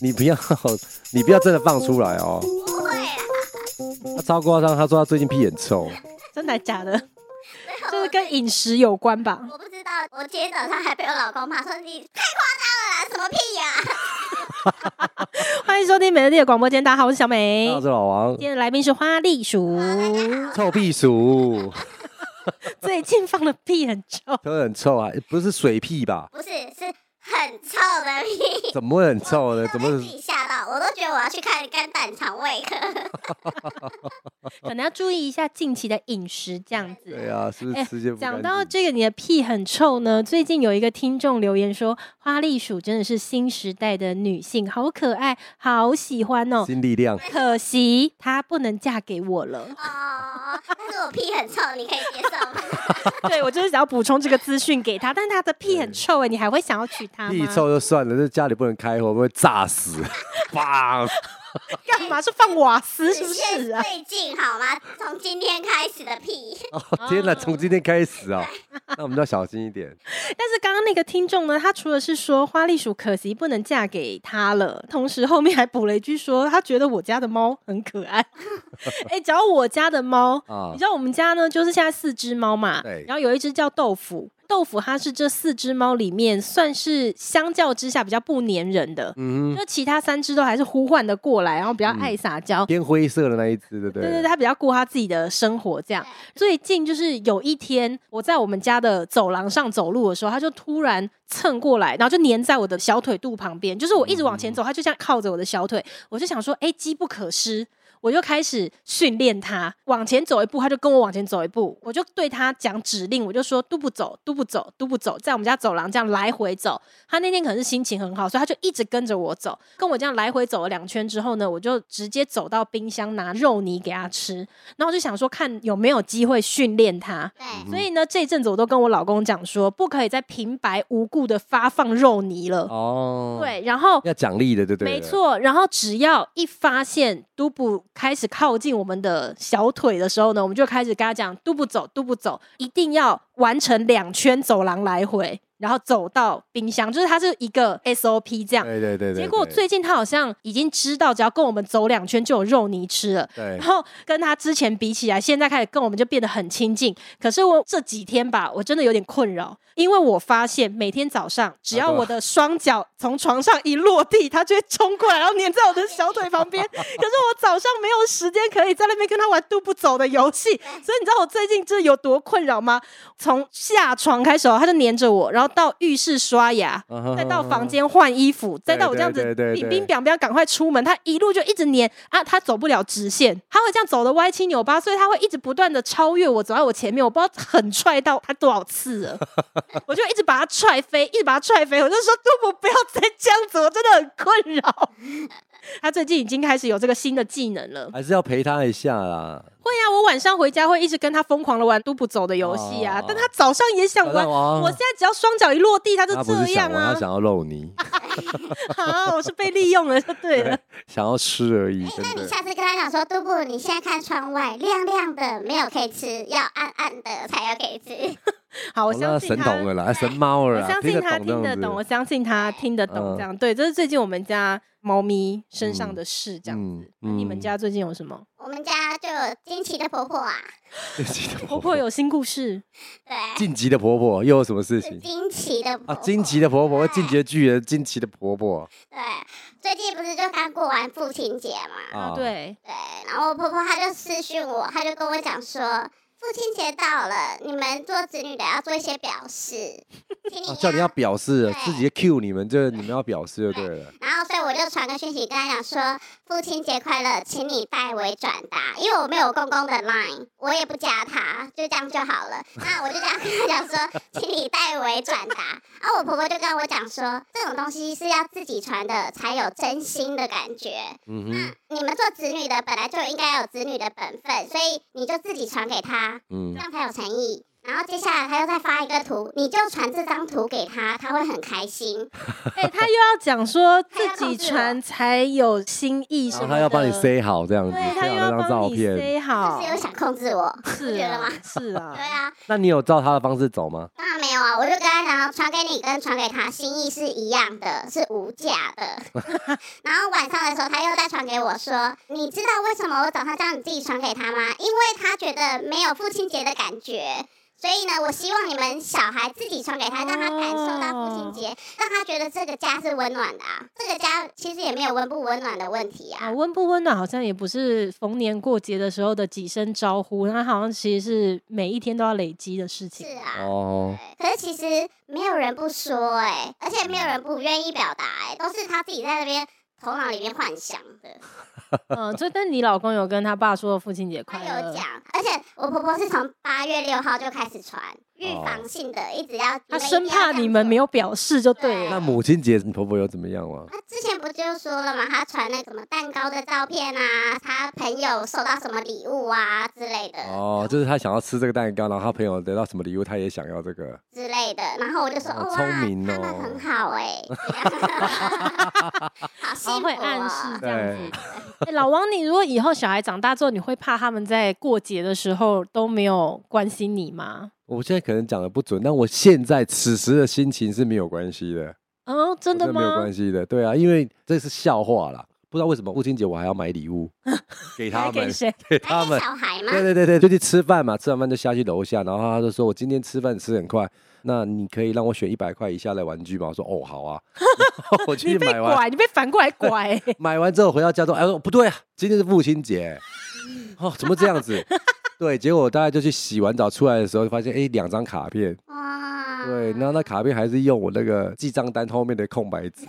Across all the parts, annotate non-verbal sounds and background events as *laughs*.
你不要，你不要真的放出来哦。不会嗯 *laughs* 啊，他超夸张，他说他最近屁眼臭，真的假的？没有就是跟饮食有关吧？我不知道，我今天早上还被我老公骂说你太夸张了啦，什么屁呀、 *laughs* 欢迎收听美乐蒂的广播间，大家好，我是小美。大是老王今，天的来宾是花栗鼠，臭屁鼠，最近放的屁很臭，都很臭啊，不是水屁吧？不是，是很臭的屁。怎么会很臭呢？怎么我被自己吓到？我都觉得我要去看肝胆肠胃科。可能要注意一下近期的饮食这样子。对啊？是不哎是吃些不干讲净到这个，你的屁很臭呢。最近有一个听众留言说，花栗鼠真的是新时代的女性，好可爱，好喜欢哦。新力量？可惜她不能嫁给我了。 *laughs* 哦，但是我屁很臭，你可以接受 *laughs* 吗？对我就是想要补充这个资讯给她，但是她的屁很臭哎、你还会想要娶她吗？ *laughs* 屁臭就算了，这家里不能开火，会不会炸 *laughs* 死。棒！干嘛？是放瓦哎斯是不只是啊？最近好吗？从今天开始的屁，哦天哪，从今天开始啊，那我们就要小心一点。但是刚刚那个听众呢，他除了是说花栗鼠可惜不能嫁给他了，同时后面还补了一句说他觉得我家的猫很可 *laughs* 爱。哎、只要我家的猫，啊你知道我们家呢，就是现在四只猫嘛，对然后有一只叫豆腐。豆腐它是这四只猫里面算是相较之下比较不粘人的，嗯哼，嗯就其他三只都还是呼唤的过来，然后比较爱撒娇。偏灰色的那一只，对不对对，对，他比较顾他自己的生活这样。最近就是有一天，我在我们家的走廊上走路的时候，他就突然蹭过来，然后就粘在我的小腿肚旁边。就是我一直往前走，他就这样靠着我的小腿，我就想说，哎，机不可失。我就开始训练他往前走一步，他就跟我往前走一步，我就对他讲指令，我就说都不走，都不走，都不走，在我们家走廊这样来回走。他那天可能是心情很好，所以他就一直跟着我走，跟我这样来回走了两圈之后呢，我就直接走到冰箱拿肉泥给他吃，然后我就想说看有没有机会训练他。对，所以呢，这一阵子我都跟我老公讲说，不可以再平白无故的发放肉泥了。哦，，对，然后要奖励的，对不对？没。错，然后只要一发现都不开始靠近我们的小腿的时候呢，我们就开始跟他讲都不走，都不走，一定要完成两圈走廊来回，然后走到冰箱，就是它是一个 SOP 这样。对对对对。结果对最近他好像已经知道，只要跟我们走两圈就有肉泥吃了。对啊然后跟他之前比起来，现在开始跟我们就变得很亲近。可是我这几天吧，我真的有点困扰，因为我发现每天早上，只要我的双脚从床上一落地，他就会冲过来，然后粘在我的小腿旁边。可是我早上没有时间可以在那边跟他玩渡不走的游戏，所以你知道我最近这有多困扰吗？从下床开始哦，他就黏着我，然后到浴室刷牙，再到房间换衣服，再到我这样子对对对冰对冰表不要赶快出门，他一路就一直黏啊，他走不了直线，他会这样走的歪七扭八，所以他会一直不断的超越我，走在我前面，我不知道狠踹到他多少次 *laughs* 了，我就一直把他踹飞，一直把他踹飞，我就说杜甫不要再这样子，我真的很困扰。 *laughs* 他最近已经开始有这个新的技能 *laughs* 了，还是要陪他一下啦。会啊，我晚上回家会一直跟他疯狂的玩都不走的游戏啊，哦但他早上也想玩。王我现在只要双脚一落地，他就他啊不这是样想玩，啊他！想要肉 *laughs* 泥，啊，我是被利用了就对了。想要吃而哎已，真那你的。下次跟他讲说，杜布，你现在看窗外亮亮的，没有可以吃，要暗暗的才有可以 *laughs* 吃。好，我哦相那信神他童了啦，神猫了我啦，相信他啊懂这样听得子懂，我相信他听得懂，嗯这样、对，这是最近我们家猫咪身上的事，这样子。嗯啊那你们家最近有什么？我们家就有惊奇的婆婆啊，婆婆有新故事，对，晋级的婆婆又有什么事是情惊奇的婆啊？婆。晋级的婆婆，晋级的巨人，晋级的婆婆对，最近不是就刚过完父亲节嘛？啊，， *laughs* 对，对，然后我婆婆她就私讯我，她就跟我讲说，父亲节到了，你们做子女的要做一些表示，请你啊，叫你要表示对自己 Q 你们，就是你们要表示就对了。然后，所以我就传个讯息跟他讲说：“父亲节快乐，请你代为转达，因为我没有公公的 line，我也不加他，就这样就好了。”那我就这样跟他讲说：“请你代为转达。”然后我婆婆就跟我讲说：“这种东西是要自己传的，才有真心的感觉。嗯哼，你们做子女的本来就应该有子女的本分，所以你就自己传给他，这嗯，样才有诚意。”然后接下来他又再发一个图，你就传这张图给他，他会很开心。哎、他又要讲说他要控自己制我传才有新意什然么后啊他的，要帮你塞好这样子，对他塞好又那要张帮照你片。塞好就是，有想控制我，是觉得 *laughs* 啊吗，是对啊，啊，那你有照他的方式走吗？当然没有啊，我就跟他讲，传给你跟传给他心意是一样的，是无价的。然后晚上的时候，他又再传给我说，你知道为什么我早上叫你自己传给他吗？因为他觉得没有父亲节的感觉。所以呢，我希望你们小孩自己传给他，让他感受到父亲节，让他觉得这个家是温暖的啊。这个家其实也没有温不温暖的问题啊，啊。温不温暖好像也不是逢年过节的时候的几声招呼，那好像其实是每一天都要累积的事情。是啊。哦，对，可是其实没有人不说哎、而且没有人不愿意表达哎、都是他自己在那边头脑里面幻想的。 *laughs* 嗯，所以但你老公有跟他爸说父亲节他快有乐，讲，而且我婆婆是从八月六号就开始传，预哦防性的，一直要。他生怕你们没有。有表示就对那了。母亲节你婆婆有怎么样吗？他之前不就说了吗？他传那什么蛋糕的照片啊，他朋友收到什么礼物啊之类的。哦，就是他想要吃这个蛋糕，然后他朋友得到什么礼物，他也想要这个。之类的，然后我就说，好哦、哇，聪明他哦们很好哎、 *laughs* 好幸福、哦、哦，会暗示这样对。子 *laughs* 哎老王，你如果以后小孩长大之后，你会怕他们在过节的时候都没有关心你吗？我现在可能讲的不准，但我现在此时的心情是没有关系的，嗯，真的我没有吗关？系的，对啊，因为这是笑话啦。不知道为什么父亲节我还要买礼 *laughs* 物给他还们给，谁？给还他给们。小孩吗？对对对对，就去吃饭嘛，吃完饭就下去楼下，然后他就说：“我今天吃饭吃很快，那你可以让我选一百块以下的玩具吗？”我说：“哦，好啊。” *laughs* 然后我你去被买完，拐，你被反过来拐、买完之后回到家之后，哎呦，不对啊，今天是父亲节，哦，怎么这样子？对，结果我大概就去洗完澡出来的时候，发现哎，两张卡片，哇，对，然后那卡片还是用我那个记账单后面的空白纸。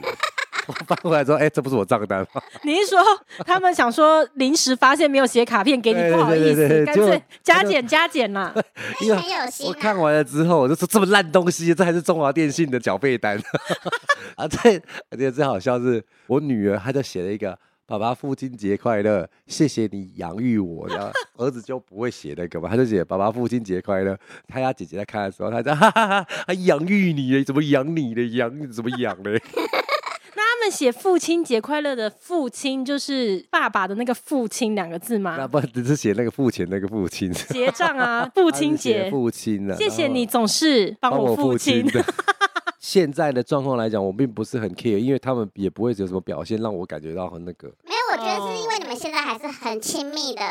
我翻过来之后，哎，这不是我账单吗？你是说他们想说临时发现没有写卡片给你，对不好意对对思，对干结果脆加减加减啦。因为很有心、啊。我看完了之后，我就说这么烂东西，这还是中华电信的缴费单 *laughs* 啊！这而且最好笑是我女儿，她就写了一个“爸爸父亲节快乐，谢谢你养育我”， *laughs* 然后儿子就不会写那个嘛，他就写“爸爸父亲节快乐”。他家姐姐在看的时候，他在 *laughs* 哈哈哈，还养育你耶，怎么养你的养你怎么养的？那他们写父亲节快乐的父亲就是爸爸的那个父亲两个字那吗？不只是写那个父亲那个父亲，结 *laughs* 账啊，父他是亲写节，父亲啊，谢谢然后你总是帮帮我我父父亲亲。的。现在的状况来讲，我并不是很 care，因为他们也不会有什么表现让我感觉到很那个，没有，我觉得是因为你们现在还是很亲密的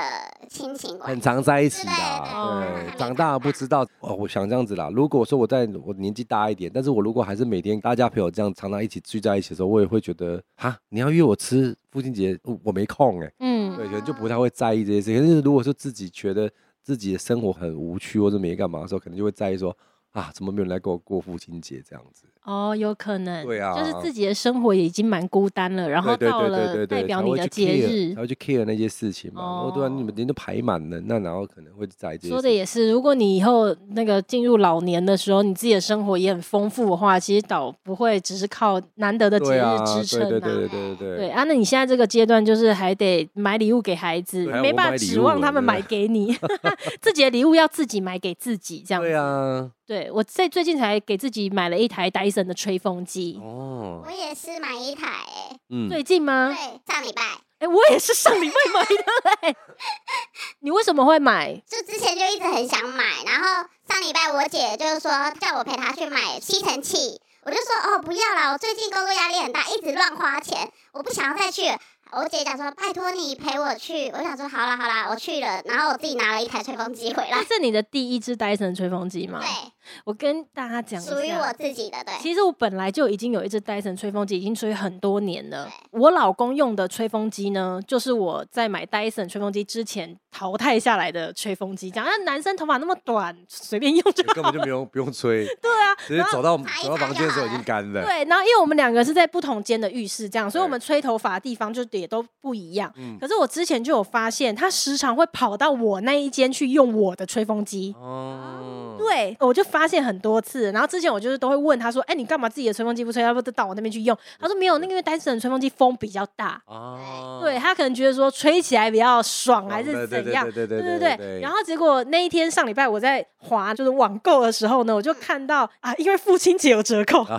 亲情关很系。常在一起对啦。对对对对，长大不知道哦，我想这样子啦。如果说我在我年纪大一点，但是我如果还是每天大家朋友这样常常一起聚在一起的时候，我也会觉得哈，你要约我吃父亲节，我我没空哎、 *laughs* *laughs* 嗯，对，可能就不太会在意这些事。可是如果说自己觉得自己的生活很无趣或者没干嘛的时候，可能就会在意说啊，怎么没有人来跟我过父亲节这样子。哦，有可能，对啊就是自己的生活也已经蛮孤单了，然后对对到对对了对代对，表才你会的去节 care- 日才。会去 care 那些事情嘛。哦，对啊，你们人都排满了，那然后可能会在这些说事的情。也是，如果你以后那个进入老年的时候，你自己的生活也很丰富的话，其实倒不会只是靠难得的节对日啊，支撑啊。对对对对对对对啊，那你现在这个阶段就是还得买礼物给孩子，对啊没我办法买礼指物望了他们对啊买给你， *laughs* 自己的礼物要自己买给自己这样子。对啊，对我在最近才给自己买了一台 Dyson 的吹风机，哦我，也是买一台哎、嗯，最近吗？对，上礼拜哎、我也是上礼拜买的、欸。 *laughs* 你为什么会买？就之前就一直很想买，然后上礼拜我姐就是说叫我陪她去买吸尘器，我就说哦不要啦，我最近工作压力很大，一直乱花钱，我不想要再去了。我姐讲说拜托你陪我去，我想说好啦好啦，我去了，然后我自己拿了一台吹风机回这来，是你的第一只 Dyson 吹风机吗？对，我跟大家嗯讲一下，属于我自己的，对，其实我本来就已经有一只 Dyson 吹风机，已经吹很多年了。我老公用的吹风机呢，就是我在买 Dyson 吹风机之前淘汰下来的吹风机。讲那男生头发那么短，随便用就根好本就了。不用不用吹， *laughs* 对啊，直接走到擦一走到擦房就间的时候好已经了干了。对，然后因为我们两个是在不同间的浴室，这样，所以我对们吹头发的地方就也都不一样。嗯可是我之前就有发现，他时常会跑到我那一间去用我的吹风机。哦，嗯，对，我就发现很多次。然后之前我就是都会问他说：“哎、你干嘛自己的吹风机不吹？要不就到我那边去用？”嗯他说：“没有，那个因为单纯吹风机风比较大，啊，对他可能觉得说吹起来比较爽还是怎样。”哦对对对对对对然后结果那一天上礼拜我在划就是网购的时候呢，我就看到啊，因为父亲节有折扣，哦啊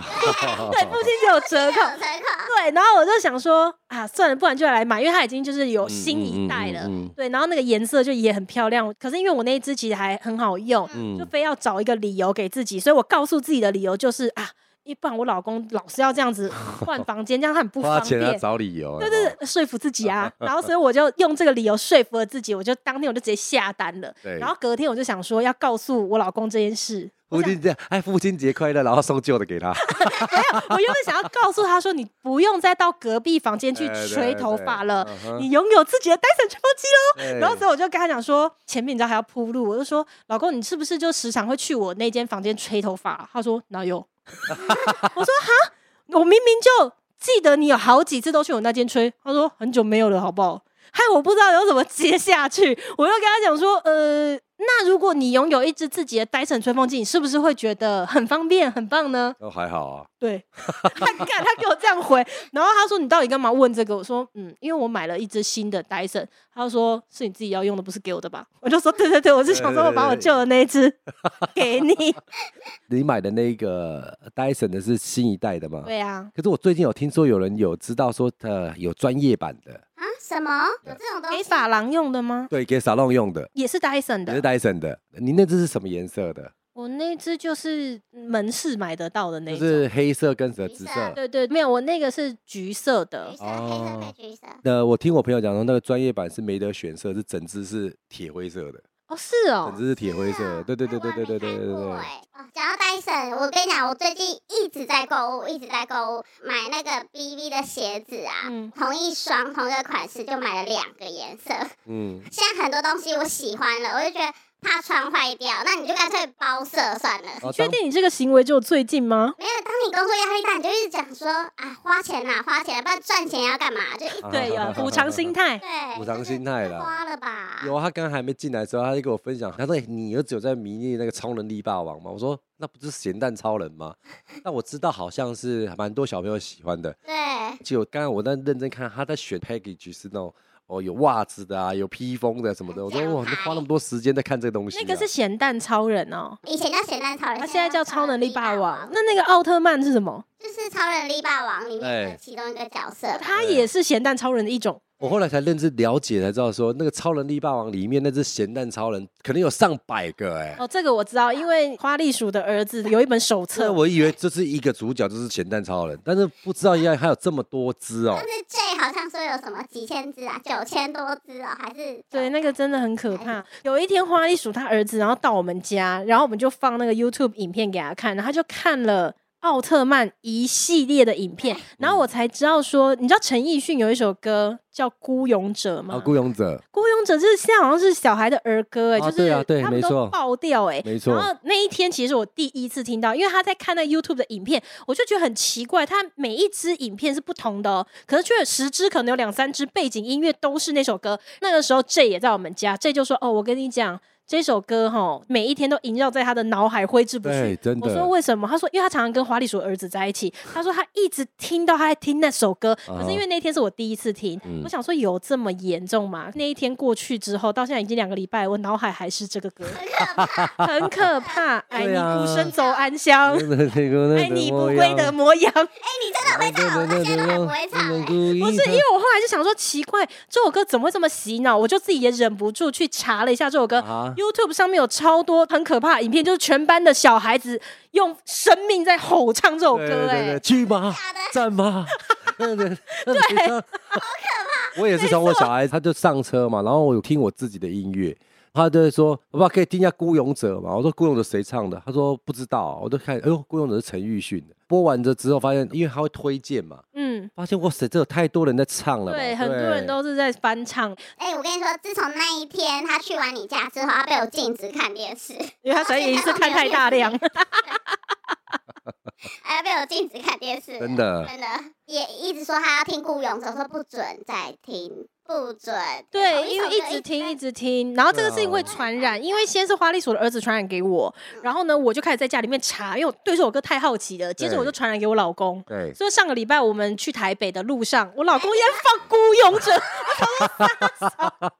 后 *laughs* 对，父亲节有折扣有，折扣，对，然后我就想说啊，算了，不然就来买，因为它已经就是有嗯新一代了。嗯嗯嗯对，然后那个颜色就也很漂亮，可是因为我那一支其实还很好用，嗯就非要找一个理由给自己，所以我告诉自己的理由就是啊，一不然我老公老是要这 *laughs* 样子换房间，这样他很不花方钱要便。找理由，哦对对对，说服自 *laughs* 己啊，然后所以我就用这个理由说服了自己，我就当天我就直接下单了，对然后隔天我就想说要告诉我老公这件事，父亲节，哎，父亲节快乐，然后送旧的给他，我原本想要告诉他说，你不用再到隔壁房间去对对吹头发了对嗯，哼你拥有自己的 Dyson 吹风机喽。对 *laughs* 然后所以我就跟他讲说，前面你知道还要铺路，我就说，老公，你是不是就时常会去我那间房间吹头发、他说哪有？ *laughs* 我说哈，我明明就记得你有好几次都去我那间吹。他说很久没有了，好不好？害我不知道要怎么接下去，我又跟他讲说，呃，那如果你拥有一只自己的 Dyson 吹风机，你是不是会觉得很方便、很棒呢？都还好啊，对， *laughs* 他看他给我这样回，然后他说你到底干嘛问这个？我说嗯，因为我买了一只新的 Dyson，他就说是你自己要用的，不是给我的吧？我就说对对对，我是想说我把哎我旧的那一只 *laughs* 给你。你买的那个呃 Dyson 的是新一代的吗？*laughs* 对啊，可是我最近有听说有人有知道说，呃，有专业版的，啊？什么？有这种东给西？发廊用的吗？对，给 salon 用的，也是 Dyson 也是的， Dyson 的。你那只是什么颜色的？我那只就是门市买得到的那就一种。啊是黑色跟紫橘紫色色。对对，没有，我那个是橘色的橘。色、黑色配橘色，呃，我听我朋友讲说，那个专业版是没得选色，是整只是铁灰色的，哦，是哦整，只是铁灰色的。对对对对对对对对对。哎，哦讲到 Dyson，我跟你讲，我最近一直在购物，一直在购物，买那个 BV 的鞋子啊，嗯，同一双同一个款式就买了两个颜色。嗯，现在很多东西我喜欢了，我就觉得怕穿坏掉，那你就干脆包色算了。哦确当定你这个行为就最近吗？没有，当你工作压力大，你就一直讲说啊，花钱啦，花钱，不然赚钱要干嘛？*laughs* 就一啊对呀，补偿心态。对，补偿心态啦就是花了吧。有啊，他刚刚还没进来的时候，他就跟我分享，他说：“欸你儿子有在迷恋那个超能力霸王吗？”我说：“那不是咸蛋超人吗？”但我知道好像是蛮多小朋友喜欢的。对，就刚刚我在认真看他在选 package 是那种哦有袜子的啊，有披风的什么的。我说：“哇，你花那么多时间在看这个东西、啊。”那个是咸蛋超人哦。以前叫咸蛋超人，哎啊他现在叫超能力霸王王。，那那个奥特曼是什么？就是超能力霸王里面哎的其中一个角色。他对也是咸蛋超人的一种。我后来才认知了解，才知道说那个超能力霸王里面那只咸蛋超人可能有上百个哎、欸。哦，这个我知道，因为花栗鼠的儿子有一本手这册。我以为这是一个主角，就是咸蛋超人，但是不知道原来还有这么多只哦但。是 J 好像说有什么几千只啊，九千多只哦，还是对，那个真的很可怕。有一天，花栗鼠他儿子然后到我们家，然后我们就放那个 YouTube 影片给他看，然后他就看了。奥特曼一系列的影片，然后我才知道说，你知道陈奕迅有一首歌叫《孤勇者》吗？啊，孤勇者，孤勇者就是现在好像是小孩的儿歌哎、啊就是对啊对他们没都错爆掉哎、没错然后那一天其实我第一次听到，因为他在看那 YouTube 的影片，我就觉得很奇怪，他每一支影片是不同的哦，可是却有十支可能有两三支背景音乐都是那首歌。那个时候 J 也在我们家，J 就说哦，我跟你讲。这首歌哈，每一天都萦绕在他的脑海，挥之不对。去真的我说为什么？他说，因为他常常跟花栗鼠儿子在一起。他说他一直听到他在听那首歌，可是因为那天是我第一次听，啊嗯我想说有这么严重吗？那一天过去之后，到现在已经两个礼拜，我脑海还是这个歌，很可怕。*laughs* 哎，对你啊孤身走暗巷，爱爱你不归的模样。会唱，我现在都不会欸唱。不不是，因为我后来就想说，奇怪，这首歌怎么会这么洗脑？我就自己也忍不住去查了一下这首歌。啊 YouTube 上面有超多很可怕的影片，就是全班的小孩子用生命在吼唱这首歌、对对哎，对，去吧，站吧。对对，好可怕。我也是从我小孩，他就上车嘛，然后我有听我自己的音乐，他就会说：“爸爸可以听一下《孤勇者》嘛？”我说：“孤勇者谁唱的？”他说：“不知道。”我就看，哎呦，《孤勇者》是陈奕迅的。播完这之后，发现因为他会推荐嘛，嗯，发现哇塞，这有太多人在唱了嘛。对，很多人都是在翻唱，哎、我跟你说，自从那一天他去完你家之后，他被我禁止看电视，因为他哦所以是看太大量。 *laughs* 哎，被我禁止看电视，真的真的也一直说他要听《雇佣者》，说不准再听，不准。同对，首因为一歌直听一直听，然后这个事情嗯会传染，因为先是花栗鼠的儿子传染给我，然后呢，我就开始在家里面查，因为我对这首歌太好奇了，接着我就传染给我老公。对，所以上个礼拜我们去台北的路上，我老公也放《孤勇者》，我 *laughs* 想说杀手，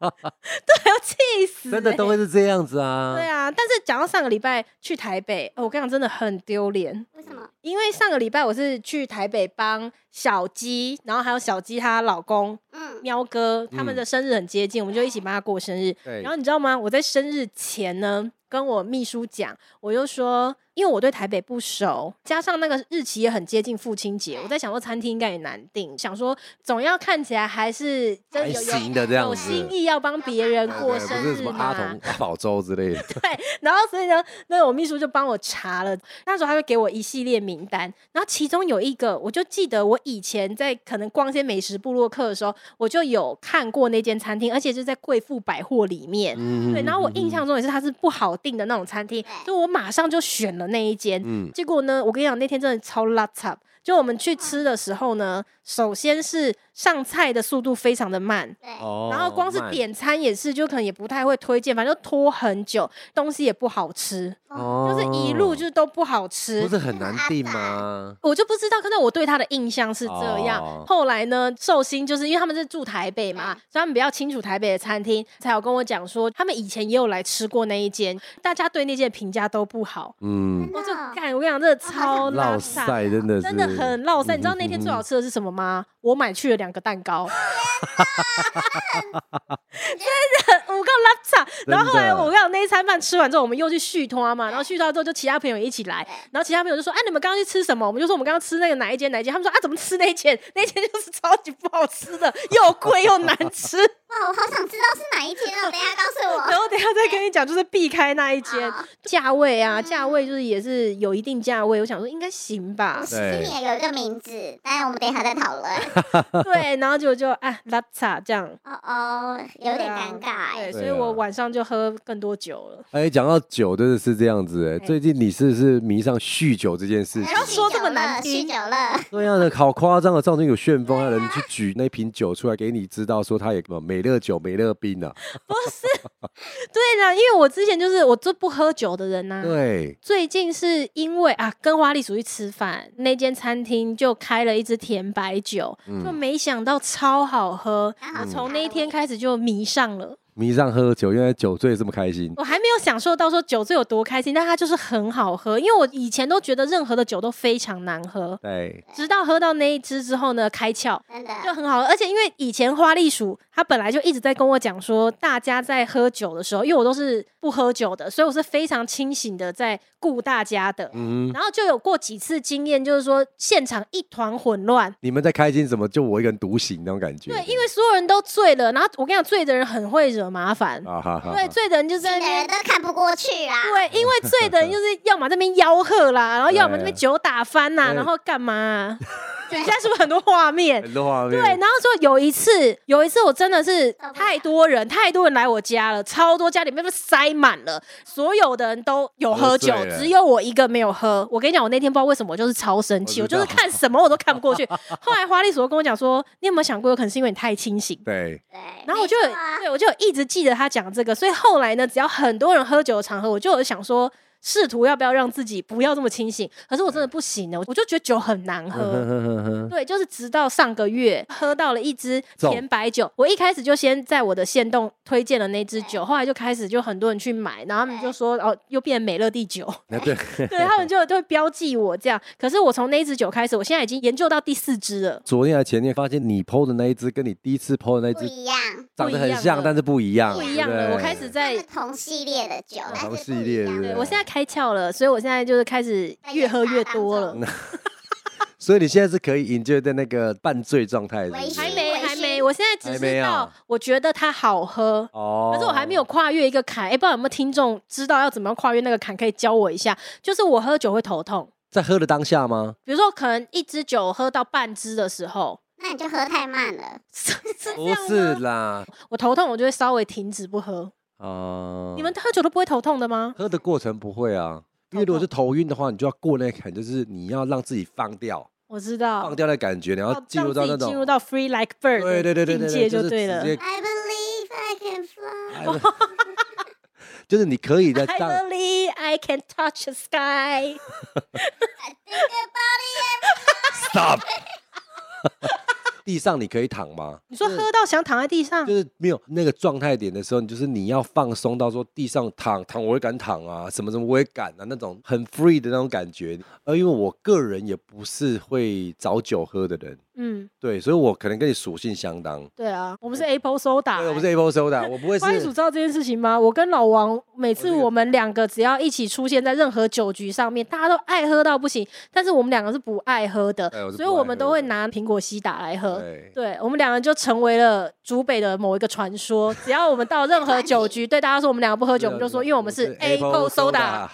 对，要气死、欸真的都会是这样子啊。对啊，但是讲到上个礼拜去台北，哦、我跟你讲真的很丢脸，为什么？因为上个礼拜我是去台北帮小鸡，然后还有小鸡她老公嗯，喵哥他们的生日很接近，我们就一起帮他过生日。对然后你知道吗？我在生日前呢，跟我秘书讲，我就说，因为我对台北不熟，加上那个日期也很接近父亲节，我在想说餐厅应该也难定，想说总要看起来还是真还有行有的这样有子，心意要帮别人对过不生是日什么嘛阿。童、阿宝粥之类的。对， *laughs* 然后所以呢，那我秘书就帮我查了，那时候他就给我一系列名单，然后其中有一个，我就记得我以前在可能逛一些美食部落客的时候，我就有看过那间餐厅，而且是在贵妇百货里面。嗯对，然后我印象中也是它是不好订的那种餐厅，所以我马上就选了那一间。嗯结果呢，我跟你讲，那天真的超邋遢。就我们去吃的时候呢，首先是上菜的速度非常的慢，对，哦然后光是慢点餐也是，就可能也不太会推荐，反正就拖很久，东西也不好吃，哦就是一路就是都不好吃。不是很难定吗？我就不知道，可能我对他的印象是这样。哦嗯后来呢，寿星就是因为他们是住台北嘛，所以他们比较清楚台北的餐厅，才有跟我讲说，他们以前也有来吃过那一间，大家对那间评价都不好。嗯，我真就的哦干，我跟你讲，真的落超拉萨。塞真的是真的很落塞，你知道那天最好吃的是什么吗？我买去了两个蛋糕，真的，我够拉萨。然后后来真的我跟你讲那一餐饭吃完之后，我们又去续托嘛，然后续托之后就其他朋友一起来，然后其他朋友就说：“哎，你们刚刚去吃什么？”我们就说我们刚刚吃那个哪一间哪一间，他们说：“啊，怎么吃那一间？那一间就是超级不好吃的，又贵又难吃。”哇，我好想知道是哪一间哦，等一下告诉我。然后等一下再跟你讲，就是避开那一间好价位啊，价位就是也是有一定价位，我想说应该行吧 *laughs* 我，哦心里也有一个名字，但我们等一下再 *laughs* 讨论。对，然后结果就哎拉差这样，哦哦，有点尴尬对，哎。所以对啊我晚上就喝更多酒了。哎，讲到酒，真的是这样子哎。哎最近你是不是迷上酗酒这件事情？要说这么难酗听酒了，对啊，那好夸张啊！上次有旋风，还有啊人去举那瓶酒出来给你知道，说他也什么美乐酒、美乐冰啊。对啊啦，因为我之前就是我就不喝酒的人呐、对，最近是因为啊，跟花栗鼠去吃饭，那间餐厅就开了一支甜白酒，嗯就没想到超好喝。刚嗯好我是从那一 Halloween 天开始就迷上了，迷上喝酒，原来酒醉这么开心。我还没有享受到说酒醉有多开心，但它就是很好喝。因为我以前都觉得任何的酒都非常难喝，对，直到喝到那一支之后呢，开窍。真就的，很好喝，而且因为以前花栗鼠它本来就一直在跟我讲说，大家在喝酒的时候，因为我都是不喝酒的，所以我是非常清醒的在顾大家的。嗯，然后就有过几次经验，就是说现场一团混乱，你们在开心什么？就我一个人独行那种感觉。对，因为所有人都醉了，然后我跟你讲，醉的人很会惹麻烦，啊哈哈，对，醉的人就在新那的人边。都看不过去啊。对，因为醉的人就是要么这边吆喝啦，然后要么这边酒打翻呐、对然后干嘛、啊？你现在是不是很多画面？很多画面。对，然后就有一次，有一次我真的是受不了太多人，太多人来我家了，超多家里面都塞满了，所有的人都有喝酒喝醉，了只有我一个没有喝。我跟你讲，我那天不知道为什么，我就是超生气，我我知就道是看什么我都看不 *laughs* 过去。后来花栗鼠跟我讲说，你有没有想过，有可能是因为你太清醒？对，对，然后我就没有错啊对我就有一直记得他讲这个，所以后来呢，只要很多人喝酒的场合，我就有想说，试图要不要让自己不要这么清醒。可是我真的不行了，我就觉得酒很难喝。嗯哼哼哼哼对，就是直到上个月喝到了一支中甜白酒，我一开始就先在我的线动推荐了那支酒，后来就开始就很多人去买，然后他们就说哦，又变美乐蒂酒， *laughs* *laughs* 那对， *laughs* 对他们就都会标记我这样。可是我从那支酒开始，我现在已经研究到第四支了。昨天还前天发现你剖的那一只跟你第一次剖的那一不只一样，长得不一很样像，了但是不一样，不一对样对了，哦我开始它在是，同系列的酒，但是同不系一列样是不对是我现在开窍了，所以我现在就是开始越喝越多了在研。所以你现在是可以营救在那个半醉状态，是不微是还醺没，微还没，醺我现在只还没知道啊，我觉得它好喝，哦，可是我还没有跨越一个坎，哎、不知道有没有听众知道要怎么样跨越那个坎，可以教我一下。就是我喝酒会头痛，在喝的当下吗？比如说可能一支酒喝到半支的时候，那你就喝太慢了。是是 *laughs* 这不样是吗啦，我头痛，我就会稍微停止不喝。哦，你们喝酒都不会头痛的吗？喝的过程不会啊，因为如果是头晕的话，你就要过那一坎，就是你要让自己放掉，我知道放，掉的感觉，然后要进入到哦让那自己进种入到 free like bird 对对对对对，的境界就是对了直。接 I believe I can fly。哎不 *laughs* 就是你可以在 *laughs* I 当 believe I can touch the sky 。 *laughs* stop *laughs* 地上你可以躺吗？你说喝到想躺在地上就，是没有那个状态点的时候，你就是你要放松到说地上躺躺，我也敢躺啊，什么什么我也敢啊，那种很 free 的那种感觉。而因为我个人也不是会找酒喝的人，嗯，对，所以我可能跟你属性相当。对啊，我们是 Apple Soda，对，我不欸是 Apple Soda，我不会花一是组知道这件事情吗？我跟老王每次我这个我们两个只要一起出现在任何酒局上面，大家都爱喝到不行，但是我们两个是不爱喝的哎对我，是所以不爱我们喝都会的拿苹果西打来喝。对对我们两个就成为了竹北的某一个传 *laughs* 说。只要我们到任何酒局，对大家说我们两个不喝酒，我们就说因为我们是 Apple Soda。。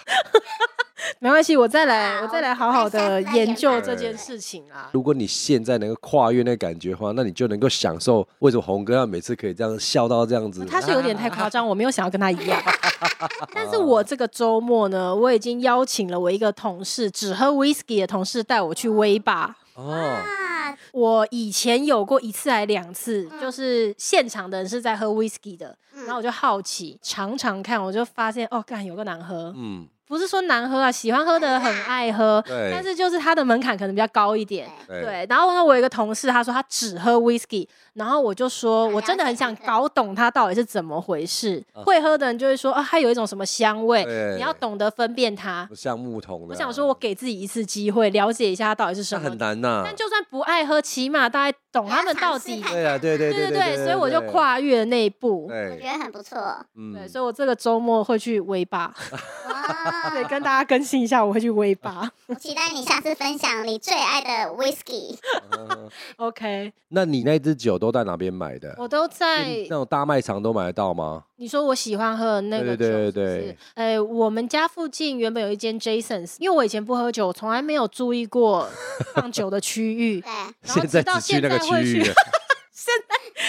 没关系，我再来，我再来好好的研究这件事情啊。如果你现在能够跨越那个感觉的话，那你就能够享受为什么红哥他每次可以这样笑到这样子。他是有点太夸张，我没有想要跟他一 *laughs* 样。但是我这个周末呢，我已经邀请了我一个同事，只喝 whisky 的同事带我去威吧。哦，啊，我以前有过一次还两次，嗯就是现场的人是在喝 whisky 的，嗯然后我就好奇尝尝看，我就发现哦，干有个难喝，嗯，不是说难喝啊，喜欢喝的人很爱喝，对但是就是它的门槛可能比较高一点。对对，然后呢，我有一个同事，他说他只喝 whisky，然后我就说，啊哎我真的了解很想了解搞懂它到底是怎么回事。会喝的人就会说，啊，它有一种什么香味，嗯对你要懂得分辨它。像木桶的啊。我想说，我给自己一次机会，了解一下它到底是那什么很。啊哎难呐。但就算不爱喝，起码大概懂他们到要尝底试。看对啊，对对对对对，所以我就对跨越了那一步。我觉对，得很不 *laughs* 错。嗯对，，所以我这个周末会去威吧， *laughs* 哇，对，跟大家更新一下，我会去威 *laughs* 吧。我期待你下次分享你最爱的 whisky。 OK，那你那支酒都在哪边买的？我都在那种大卖场都买得到吗？你说我喜欢喝的那个对酒，对对是不对是，呃，我们家附近原本有一间 Jasons，因为我以前不喝酒，我从来没有注意过放酒的区 *laughs* 域。对，然后在直到只去现那在个会区域去了，，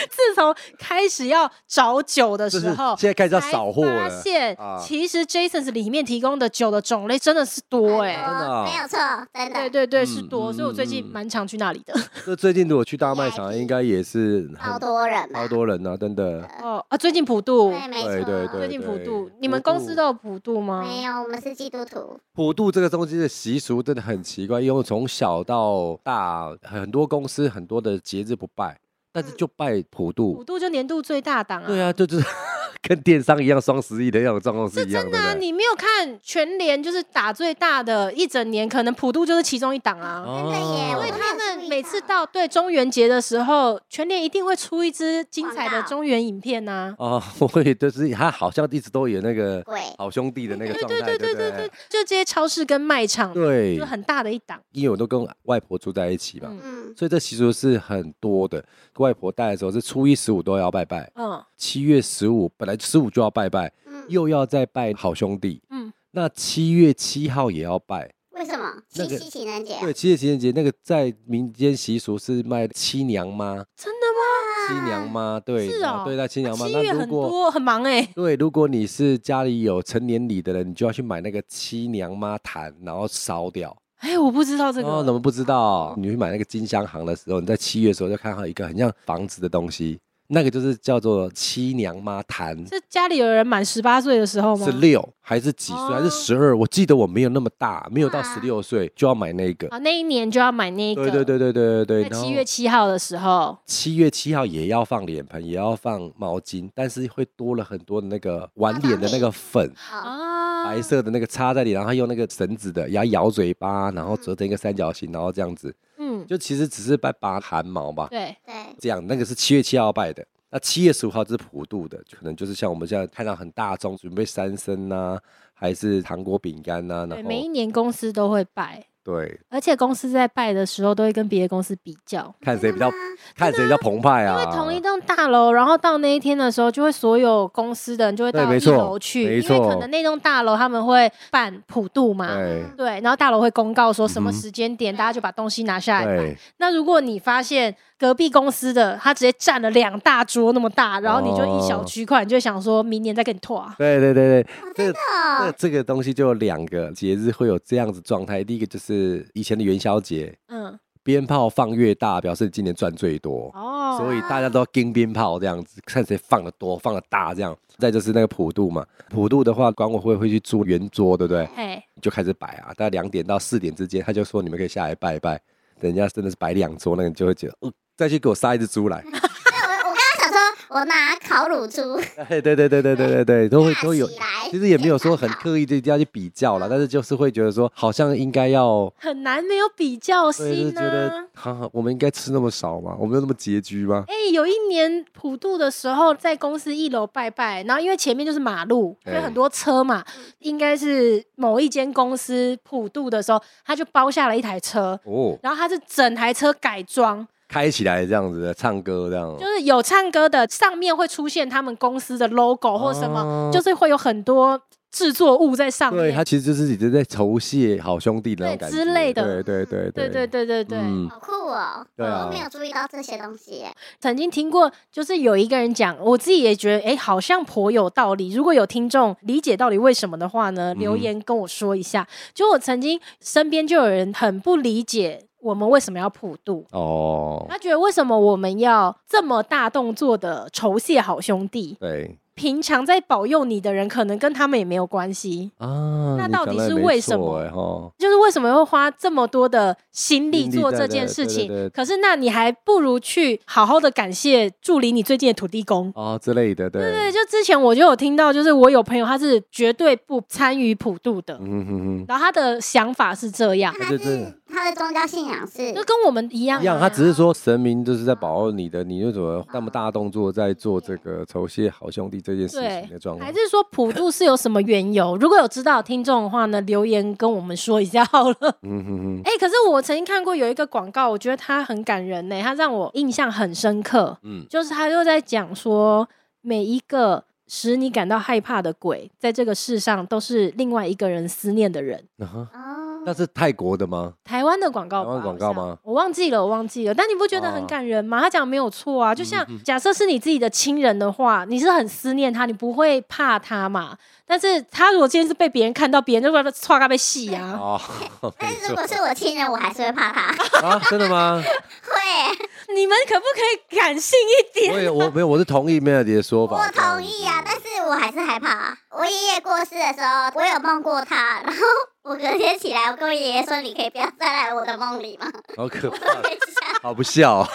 自从开始要找酒的就时是候，现在开始要才扫货发了。现啊其实 Jasons 里面提供的酒的种类真的是多哎、真的啊没有错，真对的。对对，嗯是多，嗯所以我最近嗯嗯蛮常去那里的。那最近如果去大卖场， VIP 应该也是好很多人吧超？多人啊，真的。哦啊，最近普渡，对，没错。对对对，最近普对渡，你们公司都有普渡吗？没有，我们是基督徒。普渡这个东西的习俗真的很奇怪，因为从小到大，很多公司很多的节日不拜，但是就拜普嗯普渡。渡就年度最大档啊。对啊，就就是 *laughs* 跟电商一样，双十一的那种状况是一样的。对不那对啊你没有看全联就是打最大的一整年，可能普渡就是其中一档啊。真的哦耶我所以也他们每次哦到对中元节的时候，全联一定会出一支精彩的广告中元影片啊呐、哦， *laughs* 我也就是他好像一直都有那个鬼哦好兄弟的那个对状对态，对对不对对，就这些超市跟卖场，对就很大的一档。因为我都跟外婆住在一起嘛，嗯嗯，所以这习俗是很多的。外婆带的时候是初一十五都要拜拜，嗯七月十五本来十五就要拜拜，嗯又要再拜好兄弟，嗯，那七月七号也要拜。为什么？那七个夕情人节嗯啊。对，七月情人节那个在民间习俗是卖七娘妈，真的吗？七娘妈对，啊是然后哦对，那七娘妈。七那月如很果多很忙哎、对，如果你是家里有成年礼的人，你就要去买那个七娘妈坛，然后烧掉。哎、我不知道这个。哦，怎么不知道？你去买那个金香行的时候，你在七月的时候就看到一个很像房子的东西，那个就是叫做七娘妈坛，是家里有人满十八岁的时候吗？是六还是几岁、还是哦十二？我记得我没有那么大，没有到哇十六岁就要买那个。啊，那一年就要买那对个。对对对对对对，在然后七月七号的时候，七月七号也要放脸盆，也要放毛巾，但是会多了很多的那个碗脸的那个粉，哦，啊，白色的那个插在里，然后用那个绳子的，然后咬嘴巴，然后折成一个三角形，然后这样子，嗯，就其实只是在拔汗毛吧，对，对，这样那个是七月七号拜的。那七月十五号这是普渡的，可能就是像我们现在看到很大众准备三牲呐、还是糖果饼干呐，然对，后每一嗯年公司都会拜。对而且公司在拜的时候都会跟别的公司比较，看谁比较看谁比较澎湃啊因啊，为同一栋大楼，然后到那一天的时候，就会所有公司的人就会对到没一错楼去，没因为可错能那栋大楼他们会办普渡嘛。对对，然后大楼会公告说什么嗯哼时间点，大家就把东西拿下来摆。对，那如果你发现隔壁公司的他直接占了两大桌那么大，然后你就一小哦区块，你就会想说明年再跟你拓啊。对对对对，这个这哦个这个东西就有两个节日会有这样子状态，第一个就是以前的元宵节，嗯，鞭炮放越大，表示你今年赚最多。哦，所以大家都要盯鞭炮这样子，看谁放的多，放的大这样。再就是那个普渡嘛，普渡的话，管委会会去租圆桌，对不对？嘿，就开始摆啊，大概两点到四点之间，他就说你们可以下来拜一拜。等人家真的是摆两桌，那个你就会觉得，哦，再去给我杀一只猪来。 *laughs* 我我刚刚想说，我拿烤乳猪哎对对对对对对对对， *laughs* 都会架都有起。来，其实也没有 *laughs* 说很刻意的一定要去比较啦，但是就是会觉得说，好像应该要，很难没有比较对，就是心觉得啊。，哈、哈，我们应该吃那么少嘛，我们有那么拮据吗？哎、有一年普渡的时候，在公司一楼拜拜，然后因为前面就是马路，所以哎很多车嘛，应该是某一间公司普渡的时候，他就包下了一台车，哦，然后他是整台车改装，开起来这样子的，唱歌这样就。是有唱歌的，上面会出现他们公司的 logo 或什么，哦就是会有很多制作物在上对面他，其实就是已经在酬谢好兄弟的那种对感觉之类的对对对对对对对对。嗯好酷哦！对啊我都没有注意到这些东西耶。曾经听过，就是有一个人讲，我自己也觉得，哎、好像颇有道理。如果有听众理解到底为什么的话嗯呢，留言跟我说一下。就我曾经身边就有人很不理解我们为什么要普渡，哦，他觉得为什么我们要这么大动作的酬谢好兄弟？对平常在保佑你的人，可能跟他们也没有关系。啊，那你到讲底得是没为什错么欸吼就是为什么会花这么多的心力心力做在这的件事对对情？对可是，那你还不如去好好的感谢助理你最近的土地公。哦之类的，对对，就之前我就有听到，就是我有朋友他是绝对不参与普渡的，嗯哼哼然后他的想法是这样，那他对对是他的宗教信仰是就跟我们一样、哼，啊，一样，他只是说神明就是在保佑你的，你为什么那么大动作在做这个酬谢好兄弟这件事对情的状况还？是说普渡是有什么缘由？如果有知道的听众的话呢，留言跟我们说一下好了。 *laughs* 嗯哼哼，哎、可是我曾经看过有一个广告，我觉得它很感人呢、它让我印象很深刻。嗯，就是他就在讲说，每一个使你感到害怕的鬼，在这个世上都是另外一个人思念的人。啊哈哦，那是泰国的吗？台湾的广告吧，台湾广告吗啊好像？我忘记了，我忘记了。但你不觉得很感人吗？他讲没有嗯错啊，就像假设是你自己的亲人的话，你是很思念他，你不会怕他嘛？但是他如果今天是被别人看到，别人就会唰他被戏啊。哦， *laughs* 没但是如错果是我亲人，我还是会怕他。 *laughs* 啊，真的 *laughs* 吗？会，你们可不可以感性一点？哎我也我没有，我是同意 Melody 的说法，我同意啊，但是我还是害怕啊。我爷爷过世的时候，我有梦过他，然后我隔天起来，我跟我爷爷说：“你可以不要再来我的梦里 *laughs* 吗？”好可怕，我想，好不孝哦。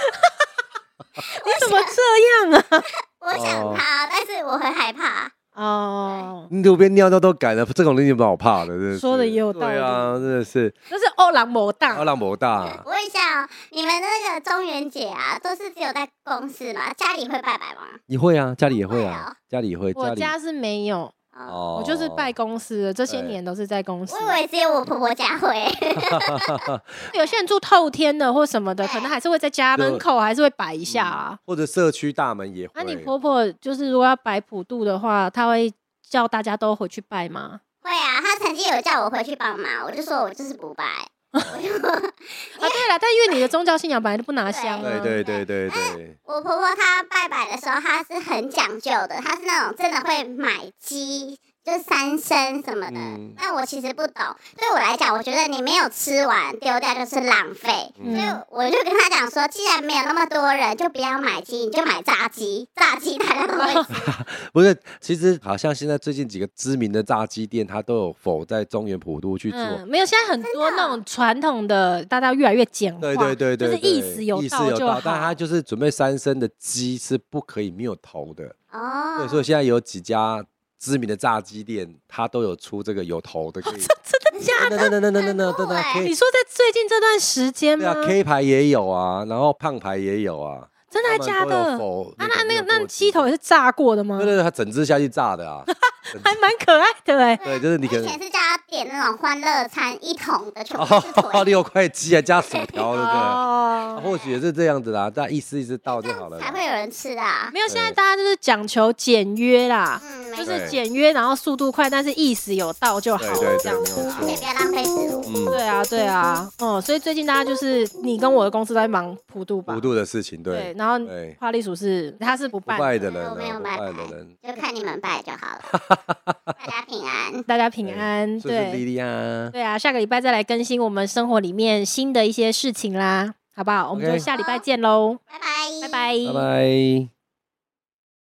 你怎么这样啊？我想他，但是我会害怕。啊哦，你路边尿尿都敢了，这种东西有什么好怕的？真的是说得也有道理对啊，真的是就是欧朗摩大奥。朗博大。我问一下哦，你们那个中元节啊，都是只有在公司吗？家里会拜拜吗？你会啊，家里也会会啊哦，家里也会，我里家是没有，哦，哦哎我就是拜公司的，这些对年都是在公司我。以为只有我婆婆家会。 *laughs* 哦有些人住透天的或什么的，可能还是会在家就门口还是会摆 *laughs* 一下啊。 *laughs* 或者社区大门也会。那、你婆婆就是如果要摆普渡的话，她会叫大家都回去拜吗？会啊，他曾经有叫我回去帮忙，我就说我就是 *laughs* 不拜。啊，对了，但因为你的宗教信仰本来就不拿香啊，对对对对啊对，我婆婆她拜拜的时候，她是很讲究的，她是那种真的会买鸡，就是三牲什么的。嗯但我其实不懂，对我来讲，我觉得你没有吃完丢掉就是浪费，嗯所以我就跟她讲说，既然没有那么多人，就不要买鸡，你就买炸鸡，炸鸡大家都会 *laughs* 吃。不是，其实好像现在最近几个知名的炸鸡店，它都有否在中原普渡去做。嗯，没有，现在很多那种传统的，大家越来越简化，对对对对，就是对意思有意思到有就道好。，但它就是准备三生的鸡是不可以没有头的。对，所哦，以现在有几家知名的炸鸡店，它都有出这个有头的，可以。真的假真的真的真的真的很真酷的欸 K 你说在最近这段时间对吗啊？，K 牌也有啊，然后胖牌也有啊，真的还假的？啊，否？那那个那鸡鸡头也是炸过的吗对？对对，它整只下去炸的啊。还蛮可爱的哎、对，就是你我可以能前是叫她点那种欢乐餐一桶的，全部都是腿。哦，六块鸡啊，加薯条的，对啊。哦，或许也是这样子啦，大家意思意思到就好了啦。才会有人吃啊。 *laughs* 没有，现在对大家就是讲求简约啦。嗯，没就错，是对简约，然后速度快，但是意思有到就好对，对对，这样没有而且不错。要浪费食物。嗯，对啊，对啊，哦、所以最近大家就是你跟我的公司都在忙普渡吧？幅度的事情，对对，，然后对花栗鼠是他是不不办的，败的人啊，我没有不拜败拜的人，就看你们拜就 *laughs* 好了，大家平安。大家平安，就是莉对莉啊，对啊，下个礼拜再来更新我们生活里面新的一些事情啦。好不好？我们就 OK 下礼拜见喽，拜拜拜，拜拜，拜。